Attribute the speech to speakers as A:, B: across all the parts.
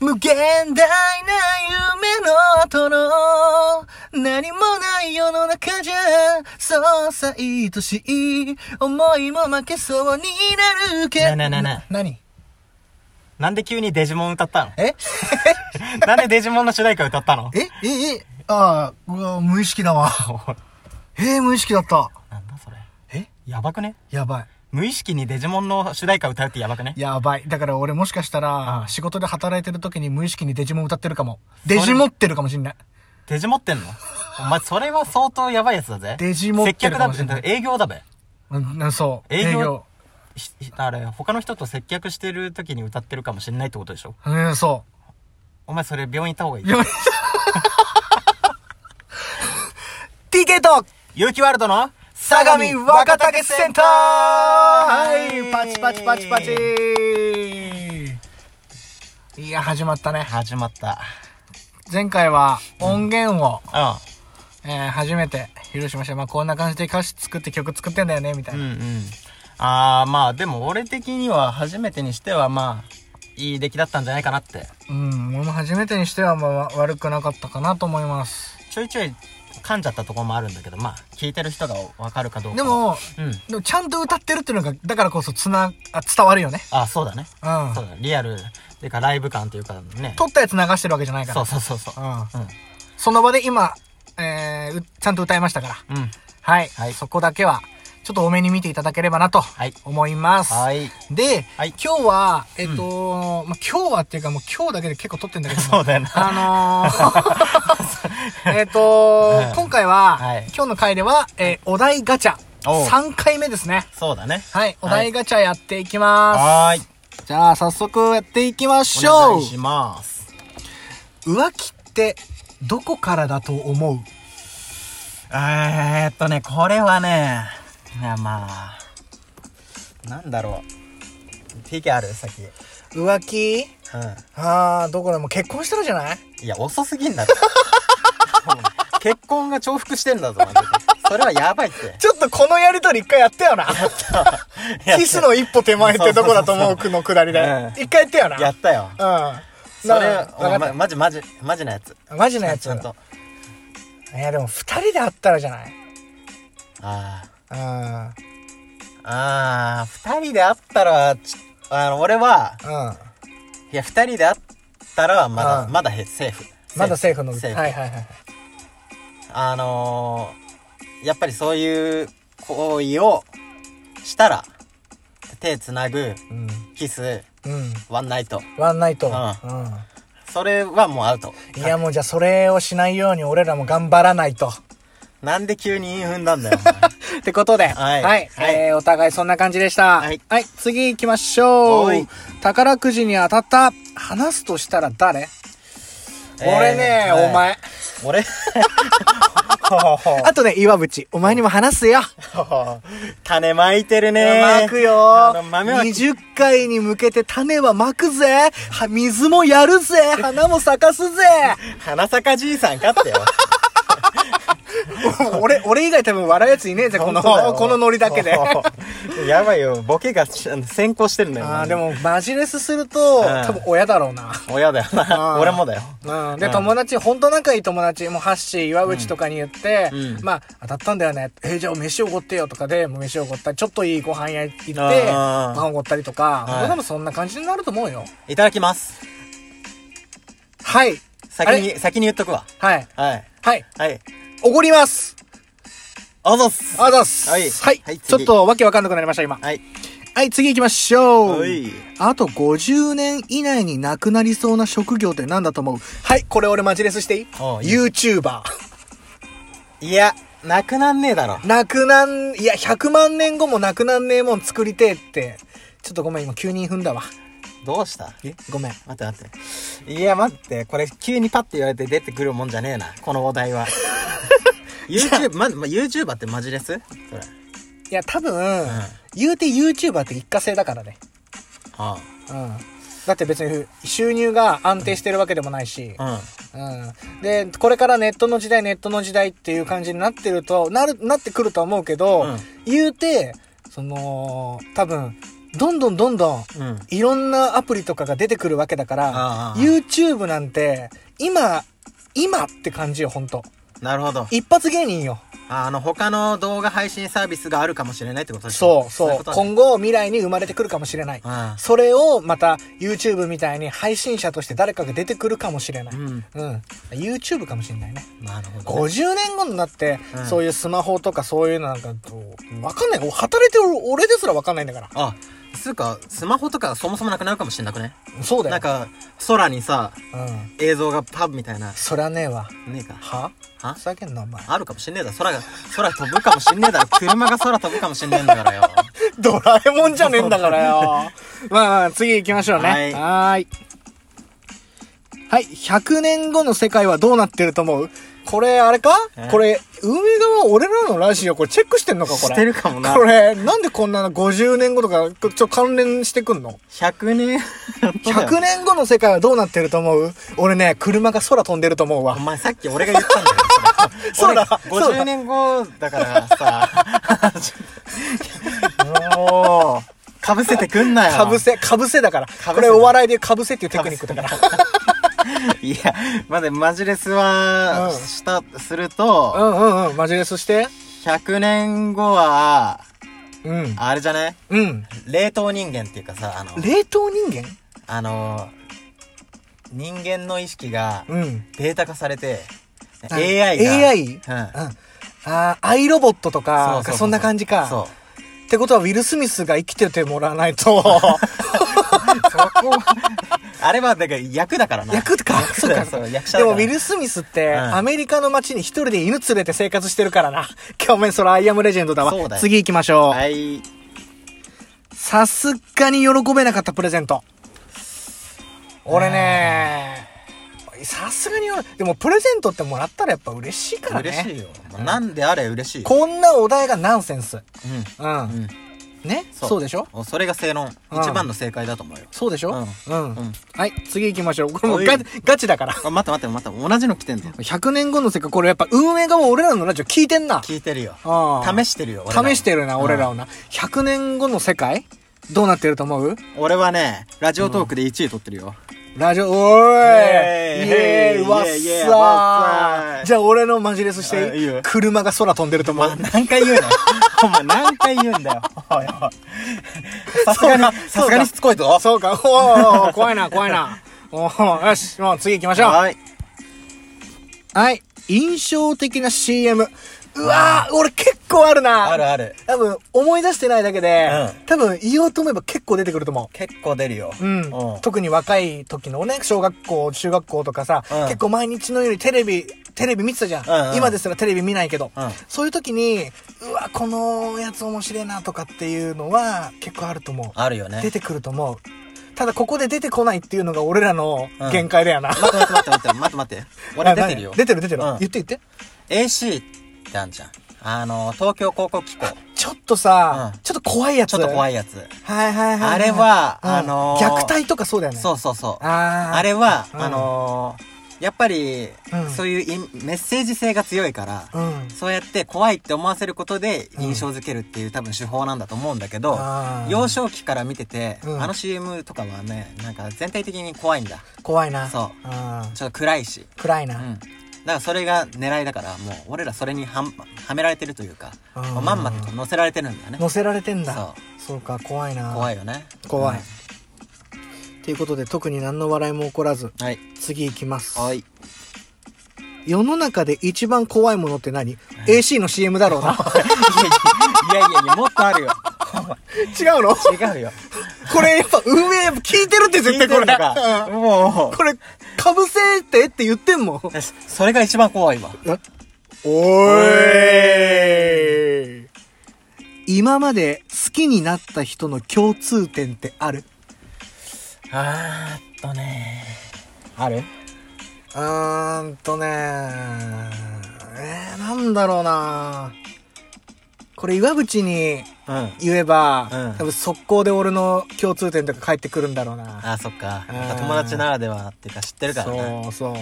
A: 無限大な夢の後の何もない世の中じゃそうさ愛しい思いも負けそうになるけ
B: なななな
A: 何
B: なんで急にデジモン歌ったの
A: え
B: なんでデジモンの主題歌歌ったの
A: え ええああうわ無意識だわえー、無意識だった
B: なんだそれ。
A: え
B: やばくね
A: やばい
B: 無意識にデジモンの主題歌歌うってやばくね
A: やばい。だから俺もしかしたら、仕事で働いてる時に無意識にデジモン歌ってるかも。デジモってるかもしんない。
B: デジモってんのお前それは相当やばいやつだぜ。
A: デジモっ
B: 接
A: てる
B: 客
A: か
B: だ
A: もしれない
B: べ。営業だべ。
A: うん、なそう。
B: 営業ひひあれ、他の人と接客してる時に歌ってるかもしれないってことでしょ
A: 営業うん、そ。
B: お前それ病院行った方がいうい。
A: よ TK と、
B: 有機ワールドの
A: 相模若竹センターはい、パチパチパチパチいや、始まったね。
B: 始まった。
A: 前回は音源を、
B: う
A: えー初めて披露しました。まあ、こんな感じで歌詞作って曲作ってんだよね、みたい
B: ん。う
A: な。
B: んうん。あー、まあでも俺的には初めてにしてはまあ、いい出来だったんじゃないかなって。
A: うん、俺も初めてにしては、まあ、わ悪くなかったかなと思います。
B: ちょいちょい噛んじゃったところもあるんだけど、まあ、聞いてる人がわかるかどうか。
A: で、も、
B: うん。
A: でもちゃんと歌ってるっていうのが、だからこそつな、あ伝わるよね。
B: あ、そうだね。
A: うん。
B: そうだ、リアル、てかライブ感というかね。
A: 撮ったやつ流してるわけじゃないから。
B: そうそうそうそう。
A: う。
B: うんん。
A: その場で今、えー、うちゃんと歌いましたから。
B: うん。
A: はい。
B: はい
A: そこだけは、ちょっと多めに見ていただければなと
B: はい、
A: 思います。
B: はい。
A: で、
B: はい
A: 今日は、えっ、と、まあ今日はっていうかもう今日だけで結構撮ってんだけども。
B: そうだよな
A: あの ー、えっと、
B: うん
A: 今回は、
B: はい
A: 今日の回では、えーお題ガチャ。
B: おう
A: 3回目ですね。
B: そうだね。
A: はい、お題ガチャやっていきます。
B: はーい。
A: じゃあ、早速やっていきまし
B: お
A: ょ
B: 願
A: う
B: いします。
A: 浮気って、どこからだと思う
B: えーっとね、これはね、いやまあ、なんだろう。TK ある先。う
A: 浮気
B: ん。
A: あー、どこだもう結婚してるじゃない
B: いや、遅すぎんだろ。 結婚が重複してんだぞ、マジでそれはやばいって。
A: ちょっとこの やりとり一回やったよな。キスの一歩手前ってどこだと思うくのくだりで
B: うん。
A: 一回やったよな。
B: やったよ。
A: うん。
B: それ、
A: な
B: お前
A: わかっ
B: マジマジ、マジなやつ。
A: たマジのやつ。
B: ちゃんと。
A: いや、でも二人で会ったらじゃない
B: ああ。
A: うん。
B: ああ、二人で会ったら、ちあの、俺は、
A: うん。
B: いや、二人で会ったら、まだ、
A: うん
B: まだへセーフ。
A: まだセーフの。はい
B: セーフ。
A: はいはい。
B: あのー、やっぱりそういう行為をしたら、手つなぐ、
A: うん。
B: キス、
A: うん。
B: ワンナイト。
A: ワンナイト。
B: う
A: うん
B: それはもうアウト。
A: いやもうじゃあそれをしないように俺らも頑張らないと。
B: なんで急に踏んだん だよ、お前
A: ってことで、は。
B: はいいはい
A: えー、お互いそんな感じでした。は
B: はいい。
A: 次行きましょう
B: はい。
A: 宝くじに当たった、話すとしたら誰、俺ね、
B: えー
A: お。前。
B: 俺ほほほ
A: あとね、岩淵、お前にも話すよ。
B: ほほ種まいてるね
A: まく
B: あ
A: よ
B: の豆は
A: 20回に向けて種はまくぜは水もやる ぜ花も咲かすぜ
B: 花咲かじいさんかってよ。
A: 俺、俺以外多分笑うやついねえ ぜ、この、
B: 本当だよ
A: このノリだけで。
B: おーやばいよ、ボケがしあの先行してるんだよ。
A: あーでも、マジレスすると、
B: ん
A: 多分親だろうな。
B: 親だよ
A: あー
B: な。俺もだよ。
A: うん、で、
B: うん
A: 友達、ほんと仲いい友達、もう、ハッシー、岩渕とかに言って、
B: うん
A: まあ、当たったんだよね。えーじゃあ飯おごってよとかで、もう飯おごったり、ちょっといいご飯屋行って、ご
B: あー
A: 飯おごったりとか、
B: はい
A: もうでもそんな感じになると思うよ。
B: いただきます。
A: はい。
B: 先
A: あ
B: に、先に言っとくわ。
A: はい。
B: はい。
A: はい。
B: はい。
A: おごります
B: あざっす。
A: あざっす
B: はい
A: はい。
B: はい
A: ちょっとわけわかんなくなりました、今。
B: はい。
A: はい、次行きましょう
B: はい。
A: あと50年以内になくなりそうな職業って何だと思うはい、これ俺マジレスしていい
B: おういい
A: ?YouTuber。
B: いや、なくなんねえだろ。
A: なくなん、いや、100万年後もなくなんねえもん作りてえって。ちょっとごめん、今急に踏んだわ。
B: どうした
A: えごめん。
B: 待って待って。いや、待って。これ、急にパッて言われて出てくるもんじゃねえな。このお題 は。YouTube、ま、ま、YouTuber ってマジですそれ。
A: いや、多分、言うて YouTuber って一過性だからね。
B: あ
A: うん。だって別に収入が安定してるわけでもないし。
B: あ。うん。
A: うん。で、これからネットの時代、ネットの時代っていう感じになってると、なる、なってくるとは思うけど、
B: うん
A: 言うて、その、多分、どんどんどんどん、
B: うん。
A: いろんなアプリとかが出てくるわけだから
B: あ、あ
A: YouTube なんて、今、今って感じよ、ほんと。
B: なるほど。
A: 一発芸人よ。
B: ああの、他の動画配信サービスがあるかもしれないってことです
A: そうそう。
B: 今
A: 今後、未来に生まれてくるかもしれない。それをまた YouTube みたいに配信者として誰かが出てくるかもしれない。
B: う
A: うん。
B: ん。
A: YouTube かもしれないね。
B: うん。なるほどね。
A: 50年後になって、
B: うん
A: そういうスマホとかそういうのなんかどう、わかんない。働いてる俺ですらわかんないんだから。
B: あ、つうか、スマホとかそもそもなくなるかもしれなくね。
A: そうだよ。
B: なんか、空にさ、
A: うん。
B: 映像がパブみたいな。
A: そりゃねえわ。
B: ねえか。
A: は
B: は
A: ふざけんな、お前。
B: あるかもしんねえだろ。空が、空飛ぶかもしんねえだろ。車が空飛ぶかもしんねえんだからよ。
A: ドラえもんじゃねえんだからよ。 まあまあ、次行きましょうね。は
B: は
A: ーい。
B: い
A: はい。100年後の世界はどうなってると思うこれ、あれか
B: え
A: これ、運営側俺らのラジオこれチェックしてんのかこ
B: し
A: れ。
B: てるかもな
A: こ。れ、なんでこんなの50年後とか、ちょっと関連してくんの
B: 100年。
A: ?100
B: 年
A: 年後の世界はどうなってると思う俺ね、車が空飛んでると思う
B: お
A: わ。
B: 前さっき俺が言ったんだよ。
A: そうだ
B: 俺
A: そうだ
B: 50年後だから さ。もう、かぶせてくんなよ。
A: かぶ。せ、かぶせだから。
B: せ
A: これお笑いでかぶせっていうテクニックだから。
B: いや、まだマジレスは、
A: うん
B: した、すると、
A: うんうんうん、マジレスして。
B: 100年後は、
A: うん。
B: あれじゃない
A: うん。
B: 冷凍人間っていうかさ、あの、
A: 冷凍人間
B: あの、人間の意識が
A: うん。
B: データ化されて、
A: うん
B: AI が。
A: AI？
B: うん。
A: うん。ああ、アイロボットとか、
B: うううう
A: そんな感じか。
B: そう。
A: ってことは、ウィル・スミスが生きててもらわないと、
B: そこ、あれは、だから役だから な。
A: 役か。そうか。
B: そう役者
A: で
B: だか
A: も、ウ
B: ら
A: ィル・スミスって、
B: うん
A: アメリカの街に一人で犬連れて生活してるからな。今日めん、それアイアムレジェンドだわ。
B: そうだよ
A: 次行きましょう。
B: はい。
A: さすがに喜べなかったプレゼント。俺ね、さすがに喜べ、でもプレゼントってもらったらやっぱ嬉しいからね。
B: 嬉しいよ。なんであれ嬉しいよ。
A: こんなお題がナンセンス。う。
B: うんん。
A: ね
B: そう
A: そうでしょ
B: うん。それが正論。
A: うん
B: 一番の正解だと思うよ。
A: そうでしょう。
B: うんうん
A: はい、次行きましょう。これもう
B: おい
A: ガチガチだから。
B: あ、待って待って待って、同じの来てんぞ。
A: 100年後の世界、これやっぱ運営側俺らのラジオ聞いてんな。
B: 聞いてるよ。
A: ああ
B: 試してるよ、俺らも
A: 試してるな、俺らをな。100年後の世界どうなってると思う
B: 俺はね、ラジオトークで1位取ってるよ。
A: ラジオ、おーいイ
B: イ
A: エ
B: エーイ
A: ーイわっ
B: イエーイイエーイ
A: さ
B: わっさ
A: ー
B: ー
A: じゃあ俺のマジレスしていい
B: あいいよ
A: 車が空飛んでると
B: お
A: 思う
B: 前。何回言うのお前何回言うんだよ。お いおいさすがに、さすがにしつこいぞ。
A: そうか、おー、怖いな、怖いな。おー、よし、もう次行きましょう。
B: はい。
A: はい。印象的な CM。うわー、俺結構あるな。
B: あるある。
A: 多分、思い出してないだけで、
B: うん
A: 多分、言おうと思えば結構出てくると思
B: 結構出るよ。
A: う。うん。特に若い時のね、小学校、中学校とかさ、
B: うん
A: 結構毎日のようにテレビ、テレビ見てたじゃん。
B: うんうん
A: 今ですらテレビ見ないけど、
B: うん
A: そういう時に、うわ、このやつ面白いなとかっていうのは結構あると思う。
B: あるよね。
A: 出てくると思う。ただ、ここで出てこないっていうのが俺らの
B: うん
A: 限界だよな。。
B: 待って待って待って待って 待って。俺出てるよ
A: 出てる出てる。
B: うん
A: 言って言って。
B: AC ってあんじゃん。あの、東京広告機構。
A: ちょっとさ、
B: うん
A: ちょっと怖いやつ。
B: ちょっと怖
A: い。
B: いやつ。
A: はいはいはいはい。
B: あれは
A: うん
B: あのー
A: 虐待とかそうだよね。
B: そうそうそう。
A: あー
B: あれは、
A: うん
B: あのーやっぱり
A: うん、
B: そういうインメッセージ性が強いから、
A: うん。
B: そうやって怖いって思わせることで印象づけるっていう多分手法なんだと思うんだけど
A: あー、
B: 幼少期から見てて、
A: うん
B: あの CM とかはね、なんか全体的に怖いんだ。
A: 怖いな。
B: そう
A: うん。
B: ちょっと暗いし。
A: 暗いうな。
B: ん。だからそれが狙いだから、もう俺らそれにはんはめられてるというか、
A: うん
B: もうまんまと乗せられてるんだよね。
A: 乗せられてんだ。。
B: そう
A: か、怖いな。
B: 怖
A: い。
B: いよね。
A: 怖い。ということで、特に何の笑いも起こらず、
B: うん。はい。
A: 次行きます。
B: はい。
A: 世の中で一番怖いものって何 ?AC の CM だろうな。
B: いやいやいやいや、もっとあるよ。
A: 違うの
B: 違うよ。
A: これやっぱ運営聞いてるって絶対これ。
B: だか。
A: うん
B: も
A: これ、かぶせてって言ってんもん。
B: う、それが一番怖いわ。
A: おーい今まで好きになった人の共通点ってある
B: あーっとねある
A: うーんとねーえー、なんだろうなこれ岩渕に
B: うん。
A: 言えば、
B: うん
A: 多分速攻で俺の共通点とか返ってくるんだろうな。
B: あ、そっか。
A: うん
B: やっぱ友達ならではっていうか知ってるからね。
A: そうそう。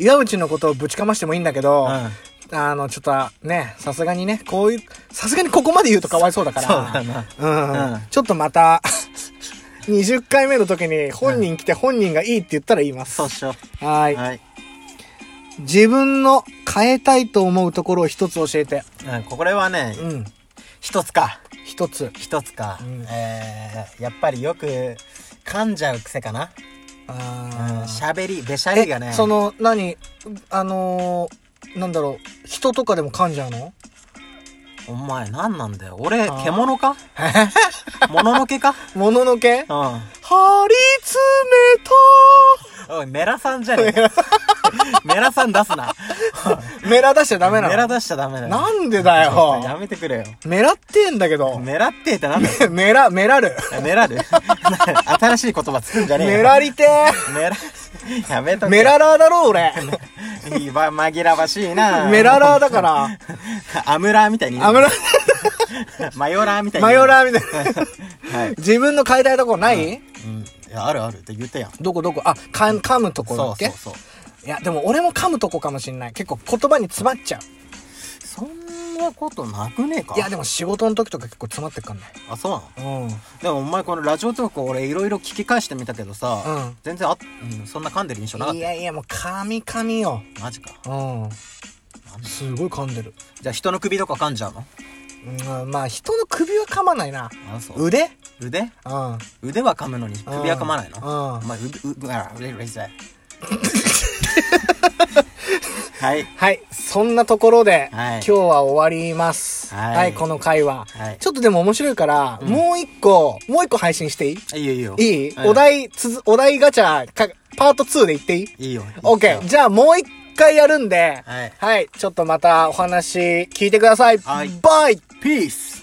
A: 岩渕のことをぶちかましてもいいんだけど、
B: うん。
A: あの、ちょっとあ、ね、さすがにね、こういう、さすがにここまで言うとかわいそうだから。
B: そうだな
A: うん。
B: うん
A: ちょっとまた、20回目の時に本人来て本人がいいって言ったら言います。
B: そうしよ
A: は
B: う。
A: ーい。
B: はい。
A: 自分の変えたいと思うところを一つ教えて。
B: うん、これはね、
A: うん。
B: 一つか。
A: 一つ。
B: 一つか。
A: うん
B: えー、やっぱりよく噛んじゃう癖かな。うん
A: あー
B: 喋り、べしゃりがね。
A: えその、何あのー、なんだろう。人とかでも噛んじゃうの
B: お前何なんだよ。俺、
A: あー
B: 獣 かもののけか
A: もののけ
B: うん。
A: 張り詰
B: おい、メラさんじゃねえか。 メラさん出すな。
A: めたメラ出しちゃダメなの
B: メラ出しちゃダメだよ。
A: なんでだ
B: や
A: よ
B: めてくれよ。
A: メラってんだけど。
B: メラってってなんだよ。
A: メラ、メラる。
B: メラる新しい言葉作るんじゃねえよ。
A: メラりて
B: メラ、やめと
A: ー
B: け。
A: メララーだろ、 俺。
B: いいわ、紛らわしいな。
A: メララーだ から。
B: アムラーみたいに言う。
A: あ、メラ、
B: マヨラーみたいに
A: マ
B: 言う。
A: ヨラーみたいな。
B: はい。
A: 自分の変えたいところない
B: うん。いや、あるあるって言ったやん。
A: どこどこあ、噛む噛むとこだ
B: そう
A: っけ
B: そうそう。
A: いや、でも俺も噛むとこかもしんない。結構言葉に詰まっちゃう。
B: そんなことなくねえか
A: いや、でも仕事の時とか結構詰まってっかんね。
B: あ、そうなの
A: うん。
B: でもお前このラジオトーク俺いろいろ聞き返してみたけどさ、
A: うん
B: 全然あ、うん、そんな噛んでる印象なかっ
A: いやいや、もう噛み噛みよ。
B: た。マジか。
A: うん。すごい噛んでる。
B: じゃあ人の首とか噛んじゃうの
A: うん、まあ人の首は噛まないな。
B: あ、そう。
A: 腕
B: 腕
A: うん。
B: 腕は噛むのに首は噛まないの
A: うん
B: お前、う、う、うわ、うれ、うれしい。 はい。
A: はい。そんなところで、
B: は
A: 今
B: い
A: 日は終わります。は、
B: はいい
A: この回は、
B: はい
A: ちょっとでも面白いから、もう一個、もう一個配信していい
B: いいよ、いいよ。
A: いい、
B: うん
A: お題つづ、お題ガチャか、パート2で言っていい
B: いいよ。いいよ
A: ?OK。。じゃあもう一回やるんで、
B: はい
A: はい。ちょっとまたお話聞いてください。
B: はい
A: バイ
B: ピース